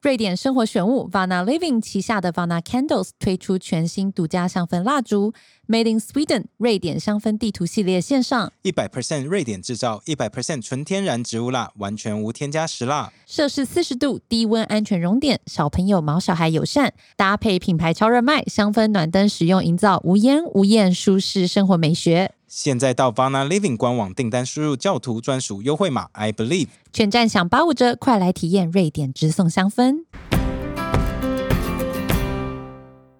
瑞典生活选物 Vana Living 旗下的 Vana Candles 推出全新独家香氛蜡烛 Made in Sweden 瑞典香氛地图系列线上，一百 percent 瑞典制造，一百 percent 纯天然植物蜡，完全无添加食蜡。摄氏四十度低温安全熔点，小朋友毛小孩友善，搭配品牌超热卖香氛暖灯，使用营造无烟无厌舒适生活美学。现在到 Vana Living 官网订单，输入教徒专属优惠码 I believe。全站享八五折，快来体验瑞典直送香氛。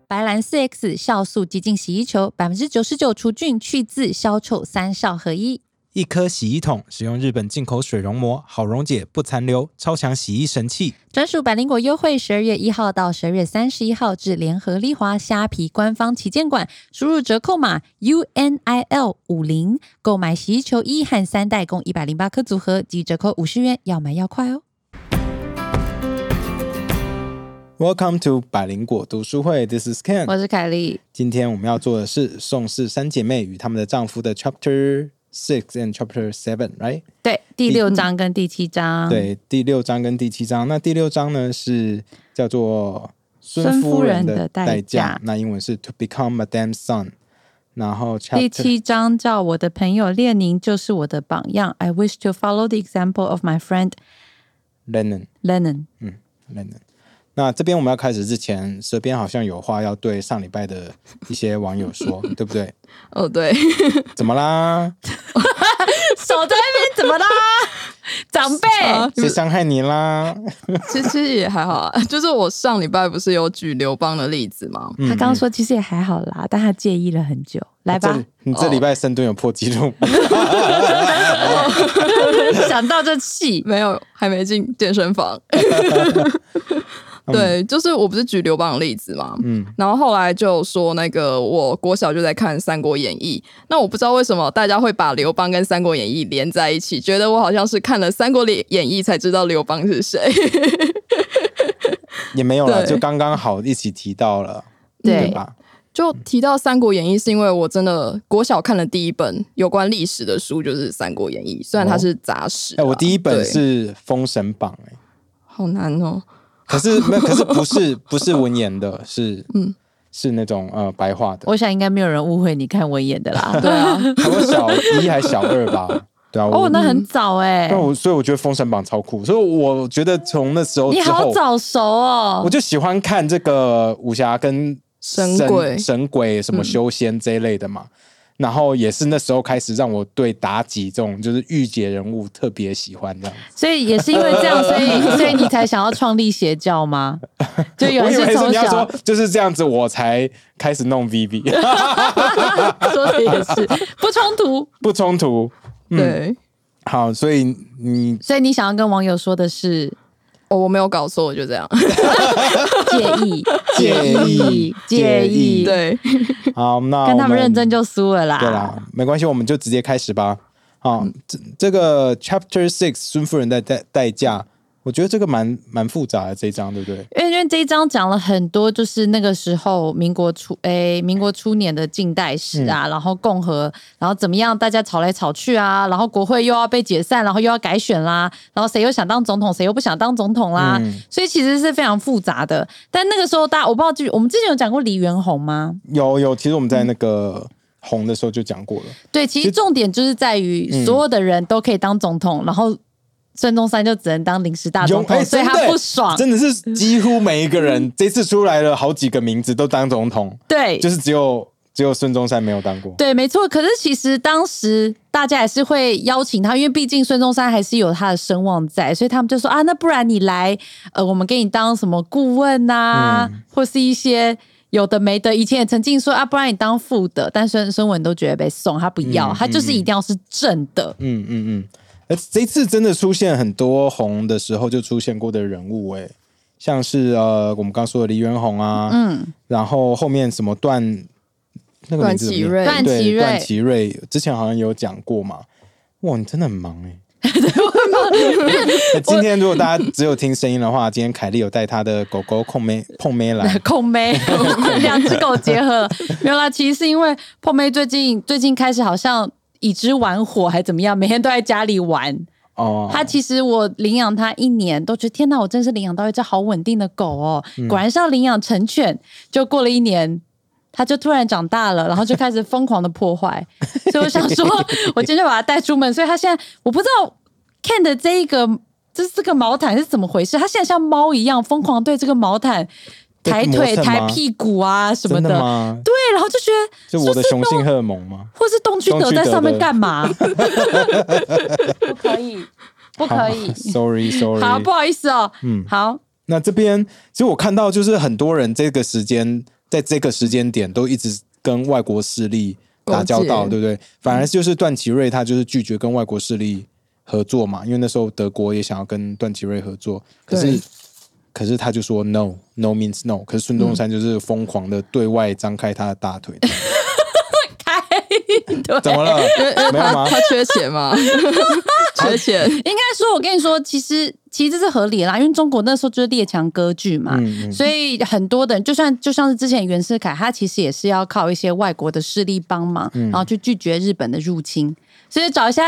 白兰四 X 酵素极净洗衣球，百分之九十九除菌去渍消臭三效合一。一颗洗衣桶使用日本进口水溶膜，好溶解不残留，超强洗衣神器。专属百灵果优惠，十二月一号到十二月三十一号至联合利华虾皮官方旗舰馆，输入折扣码 U N I L 五零，购买洗衣球一和三代共一百零八颗组合，即折扣五十元，要买要快哦。 Welcome to 百灵果读书会，This is Ken。我是凯莉，今天我们要做的是宋氏三姐妹与她们的丈夫的 Chapter Six and Chapter Seven，right？对，第六章跟第七章，，对，第六章跟第七章。那第六章呢是叫做孙孙夫夫人人的的代代价价，那英文是 To Become Madame Sun。然后第 Chapter 七章叫我的朋友列宁就是我的榜样，I wish to follow the example of my friend Lennon Lenin。 Lennon。那这边我们要开始之前，蛇边好像有话要对上礼拜的一些网友说，对不对？哦，对，怎么啦？手在那边怎 么啦？长辈，谁伤害你啦？其实也还好啊。 就是我上礼拜不是有举刘邦的例子吗？他嗯刚刚说其实也还好啦，但他介意了很久。来吧，这你这礼拜深蹲有破纪录吗？ 想到这气，没有，还没进健身房。 对，就是我不是举刘邦的例子嘛，嗯，然后后来就说那个我国小就在看《三国演义》，那我不知道为什么大家会把刘邦跟《三国演义》连在一起，觉得我好像是看了《三国演义》才知道刘邦是谁。也没有啦，对就刚刚好一起提到了，对对，吧？就提到《三国演义》，是因为我真的国小看的第一本有关历史的书就是《三国演义》，虽然它是杂史哎、啦、我第一本对是《封神榜、哎。好难哦，可 是没有，可是不是不是文言的，是嗯是那种呃白话的。我想应该没有人误会你看我演的啦。对啊，我小一还小二吧，对啊，我哦，那很早哎、那我所以我觉得《封神榜》超酷，所以我觉得从那时候你之好后，早熟我哦。就喜欢看这个武侠跟神鬼神鬼什么修仙这一类的嘛。然后也是那时候开始让我对妲己这种就是御姐人物特别喜欢这样。所以也是因为这样，所 以所以你才想要创立邪教吗？就有我人以是为是从你要说小就是这样子，我才开始弄 VB，说的也是不冲突， 不冲突。对。好，所以你所以你想要跟网友说的 是哦，我没有搞错，我就这样。介意 介意介介意，意对，好，那跟他我们认真就输了啦。对啦，没关系，我们就直接开始吧。好、这这个 Chapter Six 孙夫人的代代价，我觉得这个蛮蛮复杂的这一章，对不对？因为因为这一章讲了很多，就是那个时候民国初诶、民国初年的近代史嗯啊，然后共和，然后怎么样，大家吵来吵去啊，然后国会又要被解散，然后又要改选啦，然后谁又想当总统，谁又不想当总统啦，嗯所以其实是非常复杂的。但那个时候大家，我不知道记，我们之前有讲过黎元洪吗？有有，其实我们在那个红的时候就讲过了。对，其实重点就是在嗯于所有的人都可以当总统，然后孙中山就只能当临时大总有统，哎所以真的他耶不爽。真的是几乎每一个人，这次出来了好几个名字都当总统，对，就是只有只有孙中山没有当过。对，没错。可是其实当时大家还是会邀请他，因为毕竟孙中山还是有他的声望在，所以他们就说啊，那不然你来，呃，我们给你当什么顾问呐、嗯或是一些有的没的。以前也曾经说啊，不然你当副的，但孙孙文都觉得被送，他不要，他就是一定要是正的。嗯嗯嗯，而这次真的出现很多红的时候就出现过的人物、欸，像是呃我们刚说的黎元洪啊，嗯，然后后面什么段那个名字怎么念段祺段祺瑞对瑞段祺瑞之前好像有讲过嘛，哇，你真的很忙 哎、欸。欸今天如果大家只有听声音的话，今天凯莉有带她的狗狗碰妹碰 妹来，控妹，两只狗结合，没有啦。其实是因为碰妹最近最近开始好像已知玩火还怎么样，每天都在家里玩，哦，它其实我领养它一年，都觉得天哪，我真是领养到一只好稳定的狗哦，嗯果然是要领养成犬。就过了一年，它就突然长大了，然后就开始疯狂的破 坏，所以我想说，我今天就把它带出门。所以它现在我不知道 Ken 的这一个就是这个毛毯是怎么回事，它现在像猫一样疯狂对这个毛毯抬腿、磨蹭抬吗屁股啊什么真的，的吗？对，然后就觉得是我的雄性荷尔蒙吗？或是东区德在上面干嘛？ 不可以，不可 以。 ，sorry sorry，好，不好意思哦。嗯，好，那这边其实我看到，就是很多人这个时间，在这个时间点都一直跟外国势力打交道，勾结对不对？反而就是段祺瑞他就是拒绝跟外国势力合作嘛，因为那时候德国也想要跟段祺瑞合作，可是对可是他就说 no no means no，可是孙中山就是疯狂的对外张开他的大 腿，开对。怎么了？呃没有吗？他缺 钱嘛，缺钱，应该说，我跟你说，其实其实这是合理的啦，因为中国那时候就是列强割据嘛，嗯所以很多的人，就算就像是之前袁世凯，他其实也是要靠一些外国的势力帮忙，嗯然后去拒绝日本的入侵，所以找一下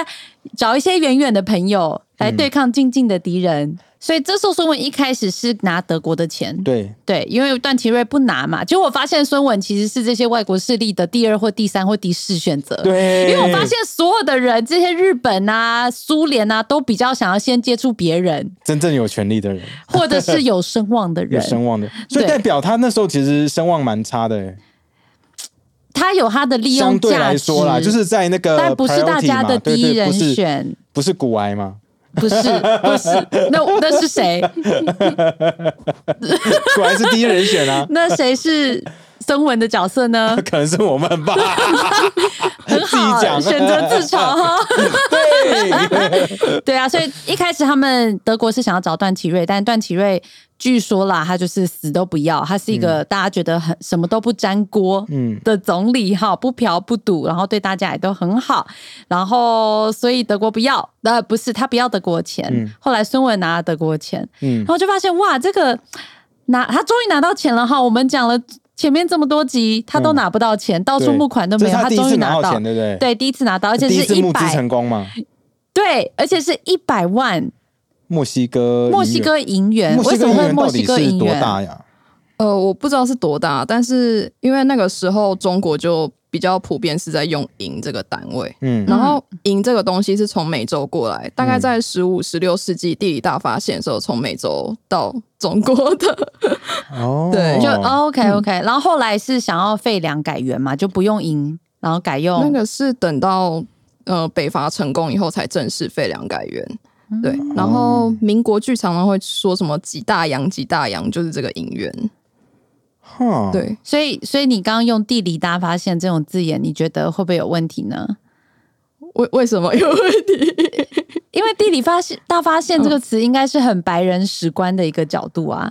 找一些远远的朋友来嗯对抗近近的敌人。所以这时候孙文一开始是拿德国的钱，对，对，因为段祺瑞不拿嘛，结果我发现孙文其实是这些外国势力的第二或第三或第四选择。对因为我发现所有的人，这些日本啊、苏联啊，都比较想要先接触别 人，真正有权力的人，或者是有声望的有人。声望的，所以对代表他那时候其实声望蛮差的、欸。他有他的利相用价值，对来说啦，就是在那个 priority 嘛，但不是大家的第一人对对选。不是不是骨癌嘛？ 不是不是，那那是谁？，骨癌是第一人选啊 那谁是孙文的角色呢？可能是我们 吧。很好 自己，讲选择自嘲哈。 对啊，所以一开始他们德国是想要找段祺瑞，但段祺瑞据说啦，他就是死都不要，他是一个大家觉得很什么都不沾锅嗯的总理哈，不嫖不赌，然后对大家也都很好，然后所以德国不要，呃，不是他不要德国钱，嗯后来孙文拿了德国钱，嗯然，后就发现哇，这个拿他终于拿到钱了哈！我们讲了前面这么多集，他都拿不到钱，到处嗯对募款都没有，这是他第一终于次拿拿到到钱，。对不对？，对，第一次拿到，而且第一是次一募资百，成功嘛，对，而且是一百万墨西哥银元，墨西哥银元。墨为什西哥么银会元墨到西底哥是银多元？大呀？呃，我不知道是多大，但是因为那个时候中国就比较普遍是在用银这个单位，嗯然后银这个东西是从美洲过来，大概在十五、十六世纪地理大发现的时候，从美洲到中国的。哦，对就 OK OK，然后后来是想要废粮改元嘛，就不用银，然后改用那个是等到呃北伐成功以后才正式废粮改元。对，然后民国剧常常会说什么几大洋几大洋，就是这个银元。哈，对，所以，所以你刚刚用地理大发现这种字眼，你觉得会不会有问题呢？为为什么 有问题？因为地理发现大发现这个词应该是很白人史观的一个角度啊，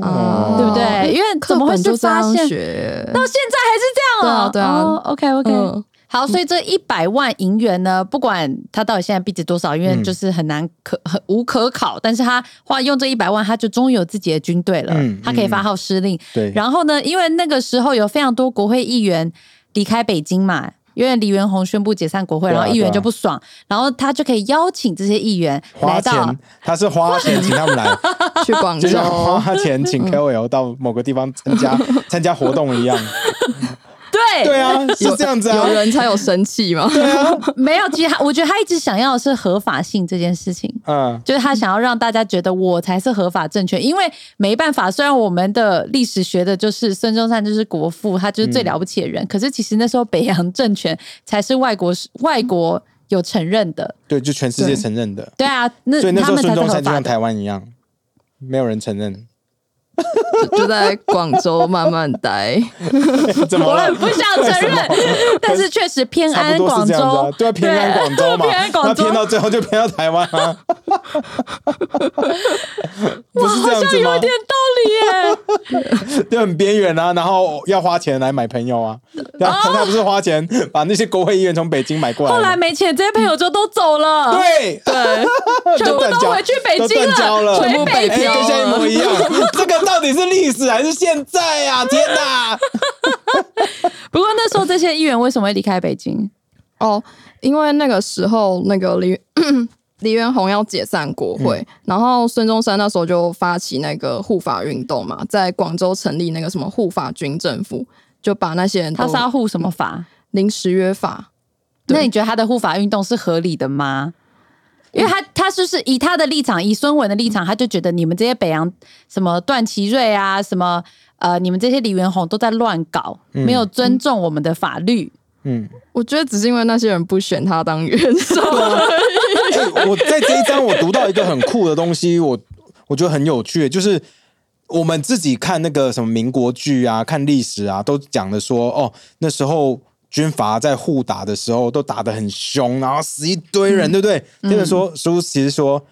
哦，对不对？因为怎么会是发课本就这样现？学？到现在还是这样哦对啊对啊哦，OK OK，、嗯好，所以这一百万银元呢，不管它到底现在币值多少，因为嗯就是很难可很无可考，但是他花用这一百万，他就终于有自己的军队了，嗯他可以发号施令。对，然后呢，因为那个时候有非常多国会议员离开北京嘛，因为黎元洪宣布解散国会，对啊然后议员对啊就不爽，然后他就可以邀请这些议员来花到钱，他是花钱请他 们来，去广就州像花钱请嗯 KOL 到某个地方参加参加活动一样。 对对啊， 是这样子啊有，人才有生气嘛？没有，其实他我觉得他一直想要的是合法性这件事情。嗯，就是他想要让大家觉得我才是合法政权，因为没办法，虽然我们的历史学的就是孙中山就是国父，他就是最了不起的人，可是其实那时候北洋政权才是外国外国有承认的，对，就全世界对承认的。对啊，那所以那时他候们才孙是中合山就法像的。台湾一样，没有人 承认。就就在广州慢慢待。怎么我很了？不想承认，但是确实偏差安不多广是这样子啊州，，对啊，偏安广州嘛，偏安广那州偏到最后就偏到台湾 啊，不是这样子吗有？点道理耶。就很边缘啊，然后要花钱来买朋友啊，哦对啊，他不是花钱把那些国会议员从北京买过后来来吗，没钱，这些朋友就都走了，对，对，全部断都交回去北都京断交了回全部北北京哎，漂漂跟了现在一模一 样，这个到底是历史还是现在啊？天哪！不过那时候这些议员为什么会离开北京？ 哦，因为那个时候那个黎黎元洪要解散国会，嗯然后孙中山那时候就发起那个护法运动嘛，在广州成立那个什么护法军政府，就把那些人都他是要护什么法？临时约法。对那你觉得他的护法运动是合理的吗？因为他他就是以他的立场，以孙文的立场，他就觉得你们这些北洋什么段祺瑞啊，什么呃，你们这些李元洪都在乱搞，没有尊重我们的法律。嗯，我觉得只是因为那些人不选他当元首，哎，我在这一章我读到一个很酷的东西，我我觉得很有趣，就是我们自己看那个什么民国剧啊，看历史啊，都讲的说哦，那时候军阀在互打的时候都打得很凶，然后死一堆嗯人，对不对？这个说书其实说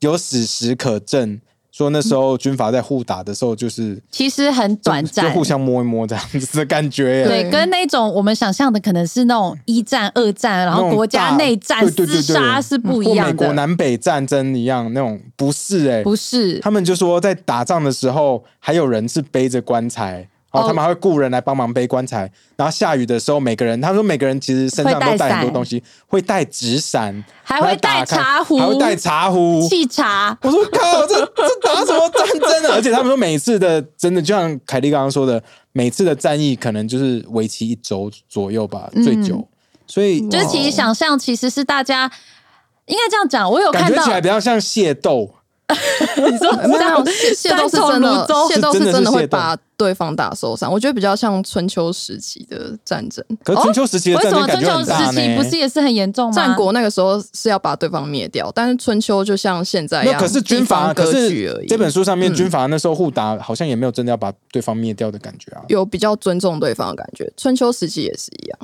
有史实可证，说那时候军阀在互打的时候就是。其实很短就暂，互相摸一摸这样子的感觉耶，对，对跟那种我们想象的可能是那种一战、二战，然那后种国家大内战对对厮对对杀是不一或样美国的，南北战争一样那种，不是哎、不是他们就说在打仗的时候，还有人是背着棺材，哦，哦他们还会雇人来帮忙背棺材。然后下雨的时候，每个人他说每个人其实身上会都带带伞很多东西，会带纸伞，还会带茶壶还会带茶壶。气茶。我说靠，这这打什么战争 啊？而且他们说每次的真的，就像凯莉刚刚说的，每次的战役可能就是为期一周左右吧，最嗯久。所以就是其实想象其实是大家应该这样讲，我有感看觉到起来比较像械斗。你说 没有械械斗是真的，械斗是真的真的是会械斗把对方打受伤。我觉得比较像春秋时期的战争，可是春秋时期的哦为战什争么感春觉秋很大时期呢？不是也是很严重吗？战国那个时候是要把对方灭掉，但是春秋就像现在一那样，可是军地方阀，可割据而是已。嗯这本书上面军阀那时候互打，好像也没有真的要把对方灭掉的感觉啊。有比较尊重对方的感觉，春秋时期也是一样。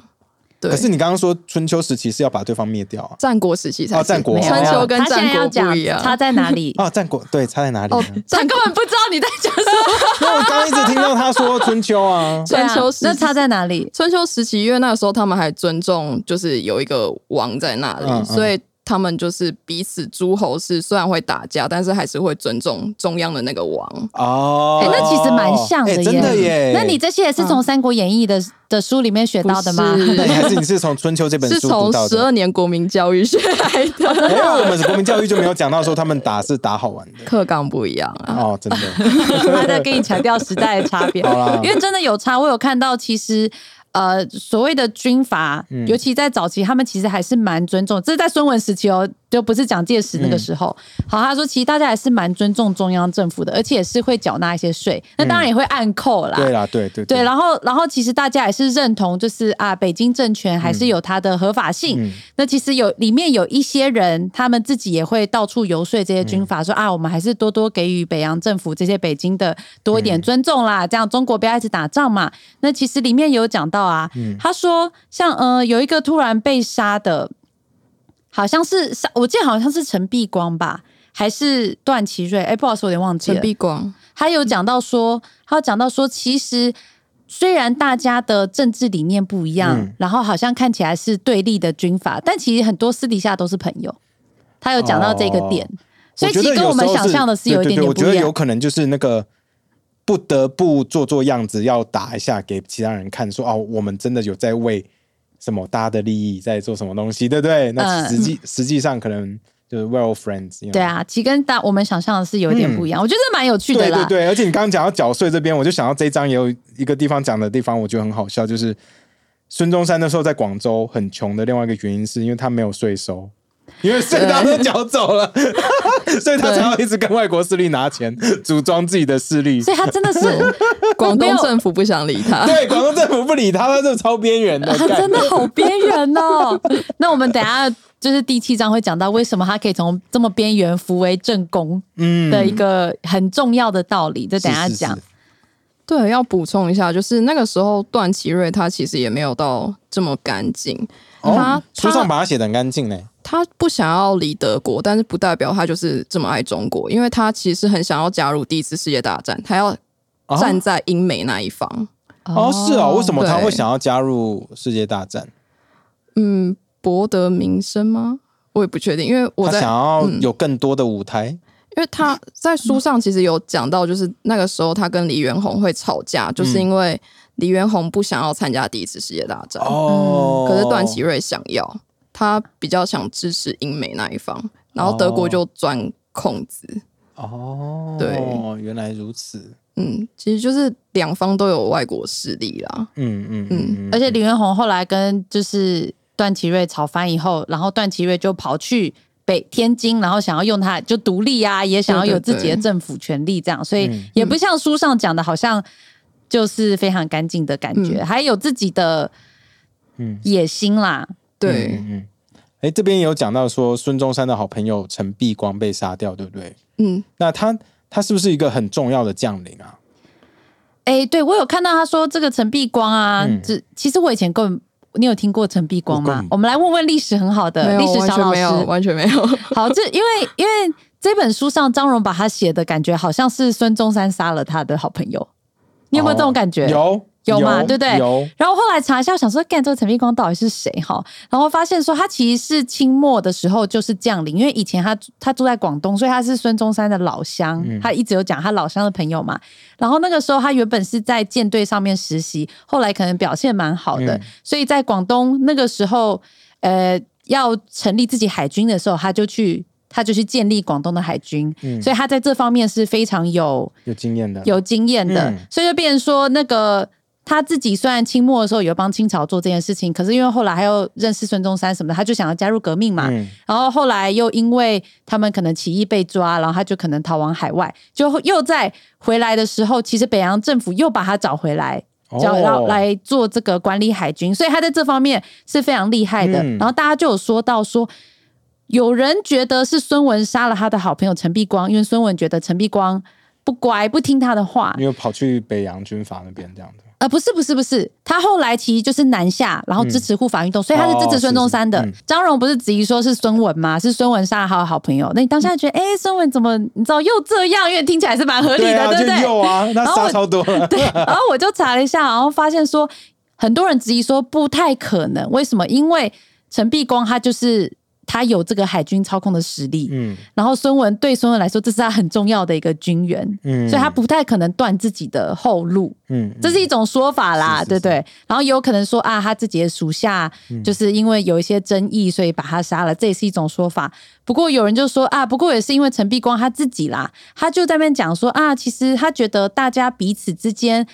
对，可是你刚刚说春秋时期是要把对方灭掉啊？战国时期才是哦战国没有春秋跟他现在战要国讲不一样。差在哪 里？哦，战国对差在哪里哦呢？，他战根国，本不知道你在讲什么。因 为我刚刚一直听到他说春秋啊春秋时期对啊那差在哪里？春秋时期，因为那个时候他们还尊重，就是有一个王在那里，嗯嗯所以他们就是彼此诸侯是虽然会打架，但是还是会尊重中央的那个王。哦哎，，那其实蛮像的哎耶。真的耶。那你这些也是从《三国演义》的的书里面学到的吗嗯不？ 是那你还是你是从春秋这本是书从读到十的？二年国民教育学来的，因为我们国民教育就没有讲到说他们打是打好玩的课纲不一样啊。哦，真的。他在跟你强调时代的差别好啦，因为真的有差。我有看到，其实呃，所谓的军阀，嗯尤其在早期，他们其实还是蛮尊重，这是在孙文时期哦，就不是蒋介石那个时候。嗯好，他说其实大家还是蛮尊重中央政府的，而且也是会缴纳一些税，那当然也会按扣啦。嗯对啦，对对对，然后，然后其实大家也是认同，就是啊，北京政权还是有它的合法性。嗯那其实有里面有一些人，他们自己也会到处游说嗯这些军阀，说啊，我们还是多多给予北洋政府这些北京的多一点嗯尊重啦，这样中国不要一直打仗嘛。那其实里面有讲到啊，嗯他说像呃有一个突然被杀的，好像是杀，我记得好像是陈璧光吧。还是段祺瑞，哎、不好意思，我有点忘记了。陈碧光，他有讲到说，他有讲到说，其实虽然大家的政治理念不一样，嗯然后好像看起来是对立的军阀，但其实很多私底下都是朋友。他有讲到这个点，所以觉其得实跟有我们时候想象的是有一点对对对点哦我不觉得一有样。可能就是那个不得不做做样子，要打一下给其他人看说，哦，我们真的有在为什么大家的利益在做什么东西，对不对？那嗯实际、实际上可能就是 well friends，you know 对。啊，其实跟大我们想象的是有一点不一样，我觉得这蛮有趣的对啦。嗯对对，而且你刚刚讲到缴税这边，我就想到这一章也有一个地方讲的地方，我觉得很好笑，就是孙中山那时候在广州很穷的另外一个原因，是因为他没有 税收，因为税他都缴走了，所以他才要一直跟外国势力拿钱，组装自己的势 力。所以他真 的是广没东有政府不想理他。对，广东政府不理他，他就超边缘 的，他干真的好边缘哦。那我们等一下就是第七章会讲到为什么他可以从这么边缘扶为正宫嗯的一个很重要的道理，这等一下是是讲是。对，要补充一下，就是那个时候段祺瑞他其实也没有到这么干净，他哦，书上他把它写的很干净呢。他不想要离德国，但是不代表他就是这么爱中国，因为他其实很想要加入第一次世界大战，他要哦站在英美那一方。哦，是哦，为什么他对会想要加入世界大战？嗯，博得名声吗？我也不确定，因为我他在想要嗯有更多的舞台。因为他在书上其实有讲到，就是那个时候他跟李元洪会吵架，就是嗯因为李元洪不想要参加第一次世界大战，哦，嗯可是段祺瑞想要，他比较想支持英美那一方，然后德国就钻空子。哦，对，原来如此。嗯，其实就是两方都有外国势力啦。嗯嗯嗯，而且李元宏后来跟就是段祺瑞吵翻以后，然后段祺瑞就跑去北天津，然后想要用他就独立啊，也想要有自己的政府权利这样，所嗯以也不像书上讲的，好像就是非常干净的感觉，嗯还有自己的嗯野心啦。对，嗯嗯。哎、这边有讲到说孙中山的好朋友陈璧光被杀掉，对不对？嗯，那他他是不是一个很重要的将领啊？哎、对我有看到他说这个陈碧光啊嗯，这、其实我以前根本你有听过陈碧光我根吗本？我们来问问历史很好没的有，历史完小全老没有，师。完全没有。好，这因为因为这本书上张荣把他写的感觉好像是孙中山杀了他的好朋友，你有没有这种感觉？哦有有嘛对不对有，然后后来查一下，想说干这个陈碧光到底是谁哈？然后发现说他其实是清末的时候就是将领，因为以前他他住在广东，所以他是孙中山的老乡，嗯他一直有讲他老乡的朋友嘛。然后那个时候他原本是在舰队上面实习，后来可能表现蛮好的，嗯所以在广东那个时候，呃，要成立自己海军的时候，他就去。他就去建立广东的海军，嗯所以他在这方面是非常有有经验的，有经验的，嗯所以就变成说，那个他自己虽然清末的时候有帮清朝做这件事情，可是因为后来还有认识孙中山什么的，他就想要加入革命嘛。嗯然后后来又因为他们可能起义被抓，然后他就可能逃往海外，就又在回来的时候，其实北洋政府又把他找回来，找然后哦来做这个管理海军，所以他在这方面是非常厉害的。嗯然后大家就有说到说，有人觉得是孙文杀了他的好朋友陈碧光，因为孙文觉得陈碧光不乖，不听他的话。因为跑去北洋军阀那边这样的，呃，不是，不是，不是，他后来其实就是南下，然后支持护法运动，所以他是支持孙中山的。哦哦是是张荣不是质疑说是孙文吗？是孙文杀了他的好朋友。那你当下觉嗯得，哎、孙文怎么你知道又这样？因为听起来是蛮合理的，啊，对就不对？又啊，那然后杀我超多 了，对，然后我就查了一下，然后发现说，很多人质疑说不太可能，为什么？因为陈碧光他就是他有这个海军操控的实力，嗯然后孙文对孙文来说，这是他很重要的一个军援，嗯，所以他不太可能断自己的后路，嗯，这是一种说法啦，是是嗯对不对？然后也有可能说啊，他自己的属下就是因为有一些争议，所以把他杀了，这也是一种说法。不过有人就说啊，不过也是因为陈碧光他自己啦，他就在那边讲说啊，其实他觉得大家彼此之间。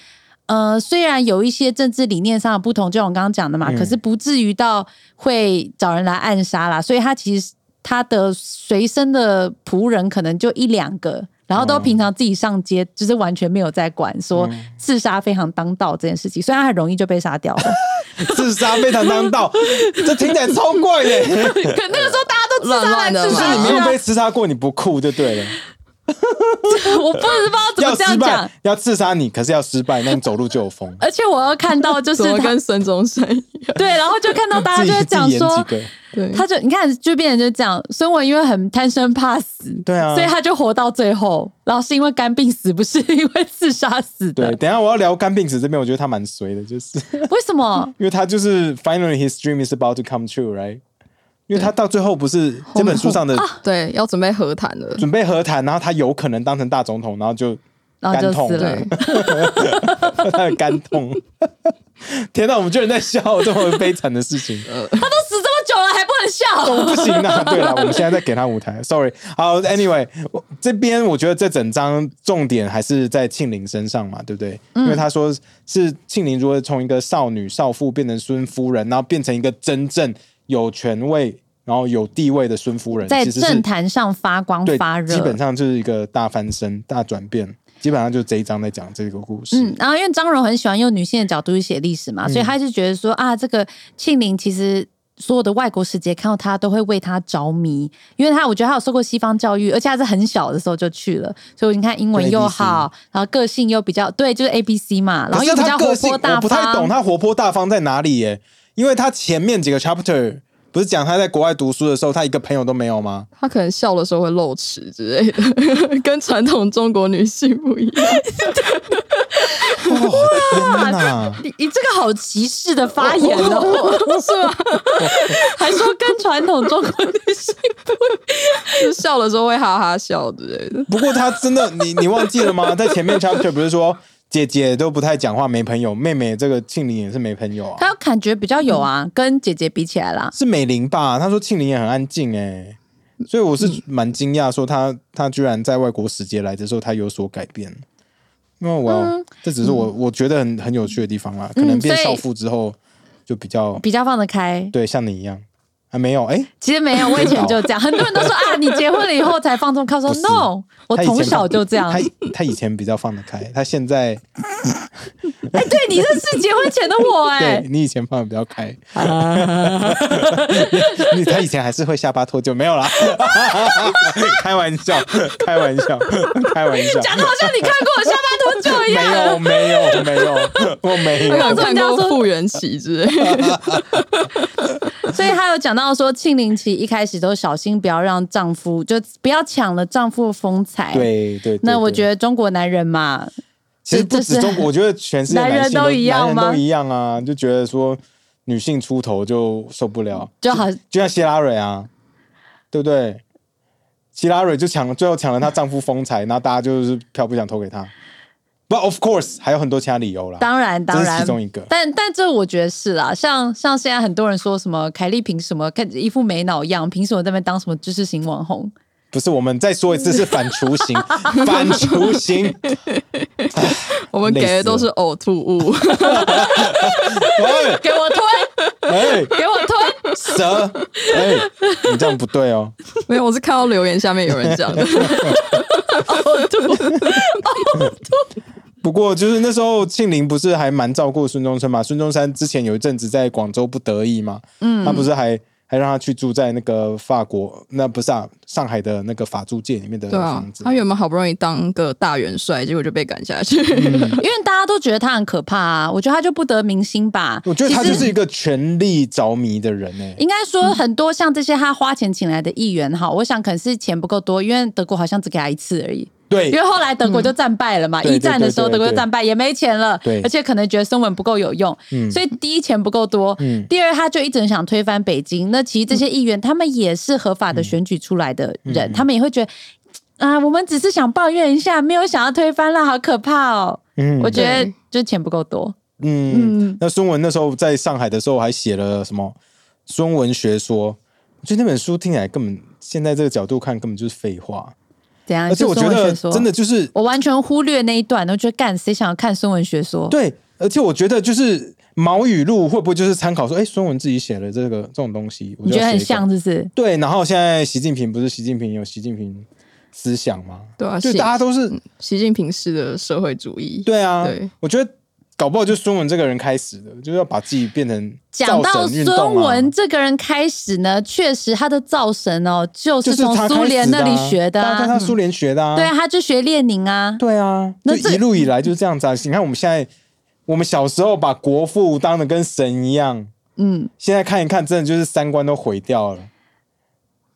呃，虽然有一些政治理念上的不同，就像我刚刚讲的嘛，嗯可是不至于到会找人来暗杀啦。所以他其实他的随身的仆人可能就一两个，然后都哦嗯平常自己上街，就是完全没有在管说刺杀非常当道这件事情，所以他很容易就被杀 掉了。自杀非常 当道，这听起来超怪的，就可那个时候大家都自杀乱乱来的自嘛杀是你没去有啊被刺杀过，你不酷就对了，我不知道怎要么这失样讲败。要刺杀你，可是要失败，那你走路就有风，而且我要看到 就是怎么他跟孙中山 一样？对，然后就看到大家自己啊就会自己讲演几说，个，对，他就你看就变成就这样。孙文因为很贪生怕死，对啊所以他就活到最后，然后是因为肝病死，不是因为自杀死对，的。等一下我要聊肝病史这边，我觉得他蛮衰的，就是。 为什么？因为他就是 finally his dream is about to come true，right？因为他到最后不是这本书上的对，要准备和谈了。准备和谈，然后他有可能当成大总统，然后就 然后就死了他对，的肝痛。 天哪，我们居然在笑这么悲惨的事情，他都死这么久了还不能笑？我 们不行啊！对了，我们现在在给他舞台，sorry。好，anyway，我这边我觉得这整章重点还是在庆龄身上嘛，对不对？嗯因为他说是庆龄如何从一个少女少妇变成孙夫人，然后变成一个真正有权位。然后有地位的孙夫人，在其实是政坛上发光对，发热，基本上就是一个大翻身、大转变，基本上就这一章在讲这个故事。嗯，然后因为张荣很喜欢用女性的角度去写历史嘛，嗯所以他就觉得说啊，这个庆龄其实。所有的外国使节看到她都会为她着迷，因为她我觉得她有受过西方教育，而且她是很小的时候就去了，所以你看英文又好，然后个性又比较对，就是 A B C 嘛，然后可又是比他较活个性，泼大我不太懂方。他活泼大方在哪里耶？因为他前面几个 chapter 不是讲他在国外读书的时候，他一个朋友都没有 吗？他可能笑的时候会露齿之类的， 跟传统中国女性不一 样。哦，天哪！你你这个好歧视的发言哦， 是吧？ 还说跟传统中国女性 就笑的时候会哈哈笑之类的。不过他真的，你你忘记了吗？在前面 chapter 不是说姐姐都不太讲话，没朋友，妹妹这个庆龄也是没朋友啊，她感觉比较有啊，跟姐姐比起来啦，是美玲吧？他说庆龄也很安静哎、所以我嗯是蛮惊讶，说他他居然在外国时节来的时候，他有所改变。那我、嗯这只是我我觉得很很有趣的地方啦，可能变所以少妇之后就比较比较放得开。对像你一样啊，没有哎、其实没有，我以前就这样。很多人都说啊，你结婚了以后才放纵，靠说哦不是 no，我他以前从小就这样。他他以前比较放 得开，他现在哎，对你这是结婚前的 我哎啊对，你以前放的比较开， 你他以前还是会下巴脱臼，没有啦， 开玩笑，开玩笑，开玩笑，讲的好像你看过我下巴多久一没样。有没有没 有，我没我有有，看过《复原期》之类 的，所以他有讲到说，庆龄期一开始都小心，不要让丈夫就不要抢了丈夫的风采。，对对。那我得。觉得中国男人嘛，其实不这止是中国，我觉得全世界男人性都都一样男人吗都一样啊，就觉得说女性出头就受不了，就好就像希拉蕊啊，对不对？希拉蕊就抢了，最后抢了她丈夫风采，然后大家就是票不想投给她。But of course，还有很多其他理由啦。当然这当是然其。中一个但但这我觉得是啦，像像现在很多人说什么凯莉凭什么看一副没脑样，凭什么在那边当什么知识型网红？不是我们再说一次，是反雏形， 反雏形。我们给的都是呕吐 物。哎给我推，哎，给我推， 蛇，哎，你这样不对哦。没有，我是看到留言下面有人讲 的。不过就是那时候庆龄不是还蛮照顾孙中山嘛？孙中山之前有一阵子在广州不得意嘛，嗯，他不是还还让他去住在那个法国，那不是啊，上海的那个法租界里面的对啊房，子。他原本好不容易当个大元帅，结果就被赶下去。因为大家都觉得他很可怕啊，我觉得他就不得民心吧。我觉得他其就实是一个权力着迷的人哎、应该说，很多像这些他花钱请来的议员哈，我想可能是钱不够多，因为德国好像只给他一次而已。因对嗯为后来德国就战败了嘛，对对一战的时候对对德对国就战败，也没钱了对，嗯而且可能觉得孙文不够有用，所以第一钱不够多，第二他就一直想推翻北京。那其实这些议员他们也是合法的选举出来的嗯人，他们也会觉得。啊、我们只是想抱怨一下，没有想要推翻了，好可怕哦！嗯我觉得对就钱不够多，嗯，那孙文那时候在上海的时候还写了什么《孙文学说》，我觉得那本书听起来根本现在这个角度看根本就是废话，怎样？而且我觉就孙文得学说真的就是我完全忽略那一段，我觉得干谁想要看孙文学说？对，而且我觉得就是毛语录会不会就是参考说，哎、孙文自己写了这个这种东西，我你就觉得要很写一个像，是不是？对，然后现在习近平不是习近平有习近平思想吗？对哦啊，就习大家都嗯是习近平式的社会主义。对啊，对我觉得搞不好就孙文这个人开始的，就是要把自己变成讲到造神运动啊孙文这个人开始呢，确实他的造神哦，就就是从他苏联那里学的的啊，大家啊，啊看他苏联学的啊，对啊，他就学列宁啊，对啊，那就这一路以来就是这样子啊。你看我们现在，我们小时候把国父当的跟神一样，嗯，现在看一看，真的就是三观都毁掉了。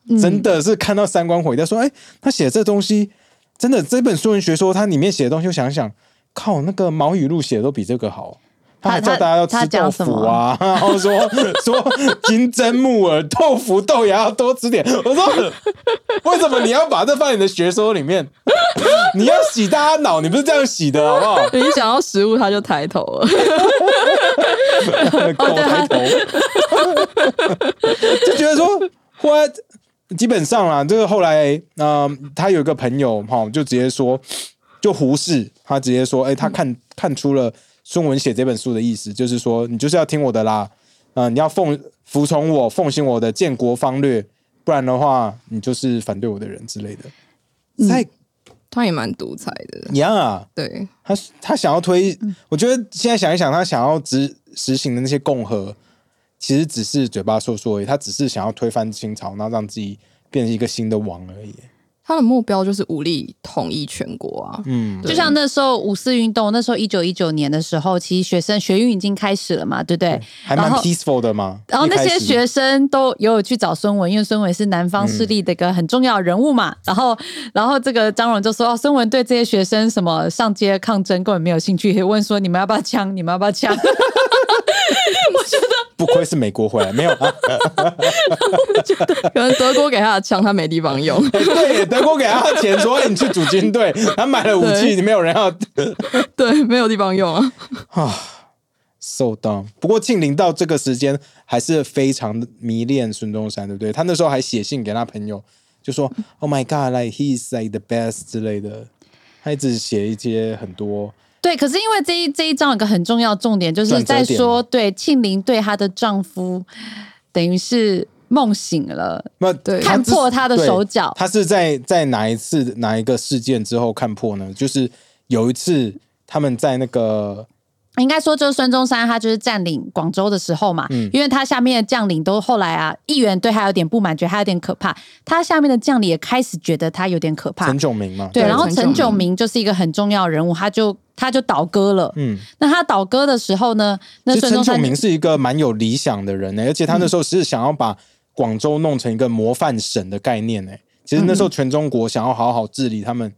嗯真的是看到三观毁掉，说哎、他写这东西，真的这本《孙文学说》，它里面写的东西，我想一想，靠，那个毛语录写的都比这个好。他还叫大家要吃他他豆讲什腐么啊， 然后说说金针木耳、豆腐、豆芽要多吃点。我说为什么你要把这放你的学说里面？ 你要洗大家脑，你不是这样洗的好不好？一想到食物，他就抬头了。狗抬头， 就觉得说 what，基本上啦，这个后来，嗯、他有一个朋友哈，就直接说，就胡适，他直接说，哎、他看看出了孙文写这本书的意思，就是说你就是要听我的啦，嗯、你要奉服从我，奉行我的建国方略，不然的话，你就是反对我的人之类的。在他也蛮独裁的，一样啊，对，他他想要推，嗯我觉得现在想一想，他想要执实行的那些共和，其实只是嘴巴说说而已，他只是想要推翻清朝，然后让自己变成一个新的王而已。他的目标就是武力统一全国啊。嗯，对就像那时候五四运动，那时候一九一九年的时候，其实学生学运已经开始了嘛，对不对？还然蛮后 peaceful 的嘛。然后那一些开始学生都也有去找孙文，因为孙文是南方势力的一个很重要的人物嗯嘛。然后，然后这个张荣就说、哦孙文对这些学生什么上街抗争根本没有兴趣，也问说你们要不要枪，你们要不要 枪？不愧是美国回来，没有啊？可能德国给他的枪，他没地方 用。哎对耶，德国给他钱说哎你去组军队，他买了武器，没有人要对，没有地方用啊。 so dumb。不过庆龄到这个时间还是非常迷恋孙中山，对不对？他那时候还写信给他朋友，就说 Oh my God，like he's like the best 之类的。他一直写一些很多，对，可是因为这一这一章有个很重要的重点，就是转折在点说，对庆龄对她的丈夫等于是梦醒了，那对他看之破她的对手脚。他是在在哪一次哪一个事件之后看破呢？就是有一次他们在那个应该说，就是孙中山他就是占领广州的时候嘛，嗯因为他下面的将领都后来啊，议员对他有点不满，觉得他有点可怕，他下面的将领也开始觉得他有点可怕陈。炯明嘛，对，对然后陈陈炯炯明就是一个很重要的人物，他就他就倒戈了。嗯，那他倒戈的时候呢，那其实孙陈中炯山明是一个蛮有理想的人呢、欸而且他那时候是想要把广州弄成一个模范省的概念呢、其实那时候全中国想要好好治理他们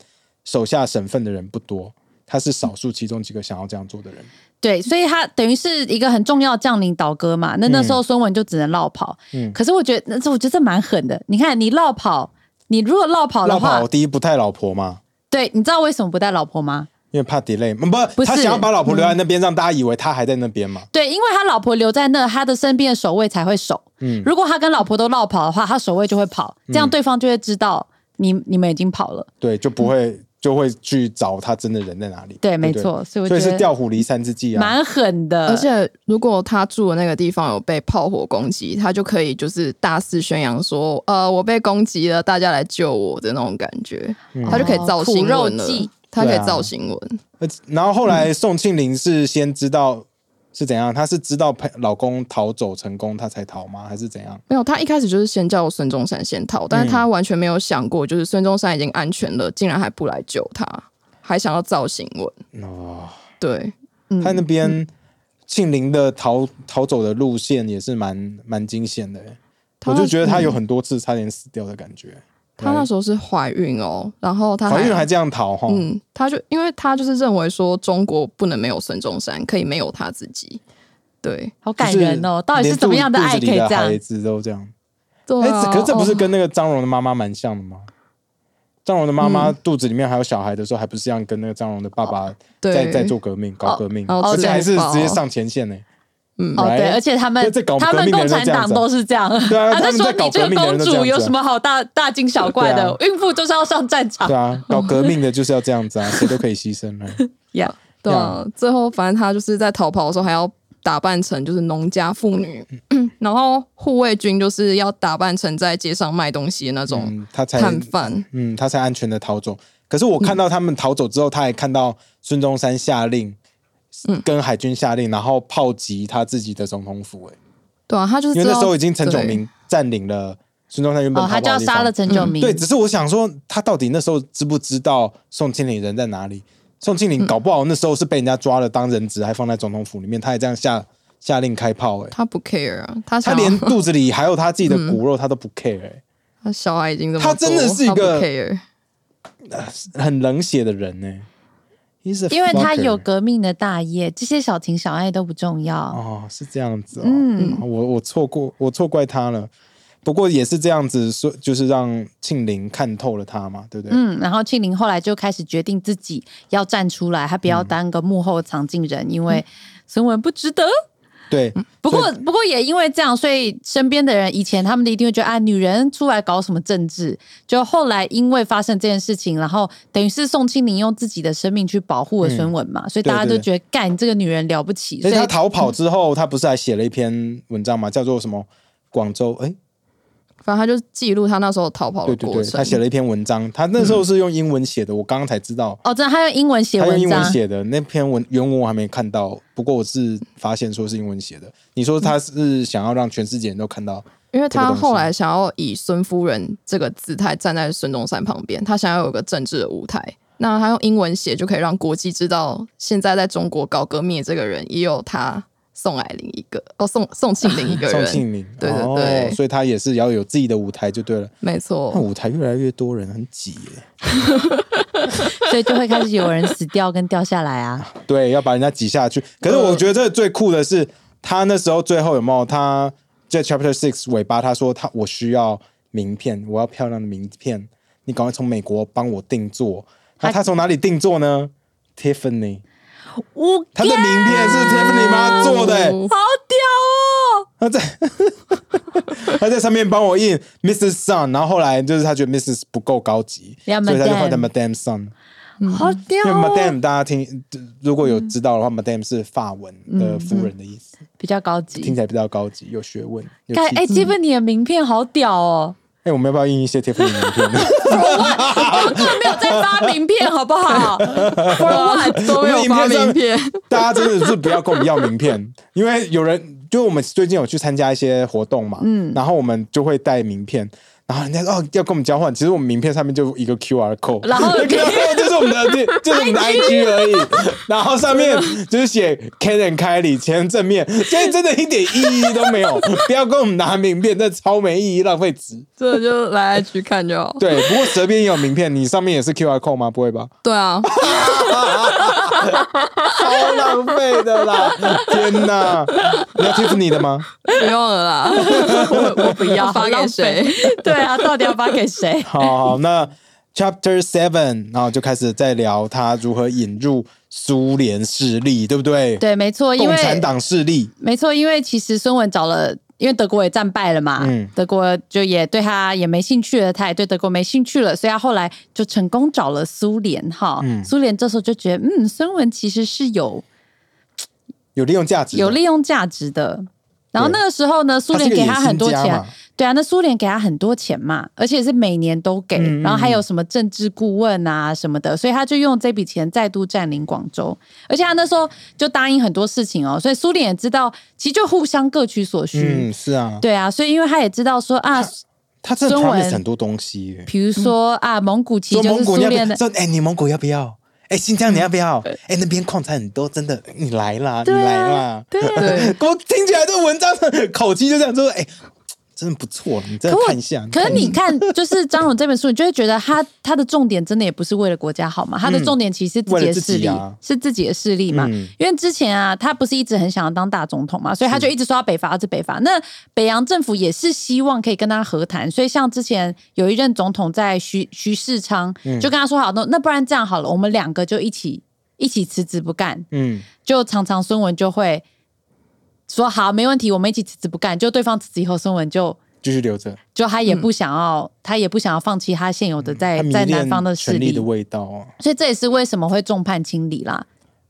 手下省份的人不多，他是少数其中几个想要这样做的人。对，所以他等于是一个很重要的将领倒戈嘛。那那时候孙文就只能绕跑。嗯可是我觉得，那我觉得这蛮狠的。你看，你绕跑，你如果绕跑的绕话，跑第一不带老婆嘛，对，你知道为什么不带老婆吗？因为怕 delay，嗯不，不是嗯他想要把老婆留在那边，让大家以为他还在那边嘛。对，因为他老婆留在那，他的身边的守卫才会守。嗯如果他跟老婆都绕跑的话，他守卫就会跑，这样对方就会知道你你们已经跑了。对，就不会、就会去找他真的人在哪里。对，没不错，所以我所觉以是得调虎离山之计啊。蛮狠的，而且如果他住的那个地方有被炮火攻击，他就可以就是大肆宣扬说，呃，我被攻击了，大家来救我的那种感觉，他就可以造哦新闻苦了肉计。他可以嗯对啊造新闻，而且然后后来宋庆龄是先知道是怎样，她是知道朋老公逃走成功，她才逃吗？还是怎样？没有，他一开始就是先叫孙中山先嗯逃，但是他完全没有想过，就是孙中山已经安全了，竟然还不来救他，还想要造新闻。哦，对，她那边庆龄的逃逃走的路线也是蛮蛮惊险的欸，她我就觉得她有很多次差点死掉的感嗯觉。啊她那对时候是怀孕哦，然后她怀孕还这样逃哈，嗯，她就因为她就是认为说中国不能没有孙中山，可以没有他自己。对，好感人哦。到底是怎么样的爱可以这样孩？子都这样。对哎、啊、这可是这不是哦跟那个张荣的妈妈蛮像的吗？张荣的妈嗯妈肚子里面还有小孩的时候，还不是一样跟那个张荣的爸哦爸在对在做革命、搞革命，哦而且还是哦直接上前线呢、嗯哦，对， right？而且他们在搞他们革命的共人都产这样党子啊都是这样，对啊他在们说在搞你这革个命的人公都这主样有子啊啊什么好大大惊小怪的？孕妇就是要上战场对。啊，搞革命的就是要这样子啊，谁都可以 牺牲了。 Yeah 嗯对啊，最后反正她就是在逃跑的时候还要打扮成就是农家妇女，嗯 然后护卫军就是要打扮成在街上卖东西的那种嗯，他才摊贩。嗯，他才安全的逃走。可是我看到他们逃走之后，他还看到孙中山下令，嗯跟海军下令，然后炮击他自己的总统府、哎，对啊，他就是因为知那道时候已经陈炯对明占领了孙中山原本哦，逃他跑就的要地方杀了陈炯明。嗯对，只是我想说，他到底那时候知不知道宋庆龄人在哪里？宋庆嗯龄搞不好那时候是被人家抓了当人质，还放在总统府里面，他也这样下下令开炮、欸，他不 care 啊，他他想要连肚子里还有他自己的骨肉，他都不 care，、欸、 他小孩已经这么他真的多是一他不个 care，很冷血的人呢、欸。因为他有个革命的大业，这些小情小爱都不重要。哦，是这样子哦，嗯，我我错过，我错怪他了。不过也是这样子说，就是让庆龄看透了他嘛，对不对？嗯，然后庆龄后来就开始决定自己要站出来，她不嗯要当个幕后藏镜人，因为孙文不值得。对，不过，不过也因为这样，所以身边的人以前他们一定会觉得啊，女人出来搞什么政治？就后来因为发生这件事情，然后等于是宋庆龄用自己的生命去保护了孙文嘛，所以大家嗯对就对觉得干你这个女人了不起。所而且他以逃跑之后，他不是还写了一篇文章嘛，叫做什么？广州，哎、反正他就记录他那时候逃跑对的对过嗯对，程。他写了一篇文章，他那时候是用英文写的，我刚刚才知道，哦，真的，她用英文写他用英文文章，写的那篇文原文我还没看到，不过我是发现说是英文写的。你说嗯他是想要让全世界人都看到，因这个为他东西后来想要以孙夫人这个姿态站在孙中山旁边，他想要有个政治的舞台。那他用英文写就可以让国际知道，现在在中国搞革命的这个人也有他宋霭龄一个哦，宋宋庆龄一个宋人，庆龄，对对对哦，所以他也是要有自己的舞台就对了。没那错，舞台越来越多人，很挤耶。所以就会开始有人死掉跟掉下来啊。 对，要把人家挤下去。可是我觉得这最酷的是，他那时候最后有没有他在 Chapter Six 尾巴，他说他我需要名片，我要漂亮的名片，你赶快从美国帮我定做。那他从哪里定做呢？Tiffany，我 他的名片是 Tiffany 妈做的、欸好屌哦！他在 他在上面帮我印 Mrs. Sun，然后后来就是他觉得 Mrs. 不够高级，所要以他就换成 Madame Madame Sun。嗯好屌因为哦 Madame 大家听如果有知道的话、m a d a m e 是法文的夫人的意思，比较高听级。起来比较高级，有学问。有看，气哎质，Tiffany 的名片好屌哦！哎，我们要不要印一些贴封名片？根本没有在发名片，好不 好？ For what？都没有发名片，大家真的是不要跟我们要名片，因为有人就我们最近有去参加一些活动嘛，嗯，然后我们就会带名片，然后人家说哦要跟我们交换，其实我们名片上面就一个 QR code，然后 那 QR code 就是我们的就是我们的 IG 而已，然后上面就是写 Ken and Kylie 前正面，所以真的一点意义都没有，不要跟我们拿名片，那超没意义，浪费纸。这就来 IG 看就 好。对，不过舌边也有名片，你上面也是 QR code 吗？不会吧？对啊，超浪费的 啦！天哪，你要 Tiffany 的吗？不用了啦，我 不要，发给 谁？对啊，到底要发给谁？好好，那 Chapter Seven，然后就开始在聊他如何引入苏联势力，对不对？对，没错，因共为产党势力，没错，因为其实孙文找了，因为德国也战败了嘛，嗯德国就也对他也没兴趣了，他也对德国没兴趣了，所以他后来就成功找了苏联哈。嗯苏联这时候就觉得，嗯，孙文其实是有有利用价值，有，利用价值的。然后那个时候呢，苏他是联一个给野他很心多家钱嘛，，对啊，那苏联给他很多钱嘛，而且是每年都给，嗯嗯然后还有什么政治顾问啊什么的，所以他就用这笔钱再度占领广州，而且他那时候就答应很多事情哦，所以苏联也知道，其实就互相各取所需，嗯，是啊，对啊，所以因为他也知道说啊，他真的中文 promise 很多东西耶，比如说、啊，蒙古其实说就蒙是古苏你要不联的，要？嗯说哎，你蒙古要不要？哎，新疆你要不要？哎，那边矿产很多，真的，你来啦，你对啊来啦。对啊。对， 我听起来这文章的口气就这样说，哎，真的不错，你真可的我看一下。可是看一下你看，就是张荣这本书，你就会觉得他他的重点真的也不是为了国家好嘛，他的重点其实是自嗯为己了的自势力，己啊是自己的势力嘛。嗯因为之前啊，他不是一直很想要当大总统嘛，所以他就一直说要北伐，要治北伐。那北洋政府也是希望可以跟他和谈，所以像之前有一任总统在徐徐世昌嗯就跟他说好，那、那不然这样好了，我们两个就一起一起辞职不干，嗯，就常常孙文就会说好，没问题，我们一起辞职不干。就对方辞职以后，孙文就。继续留着。就他也不想要，他也不想要放弃他现有的在、嗯他迷哎在恋南方的势权力，力的味道哦。所以这也是为什么会众叛亲离啦。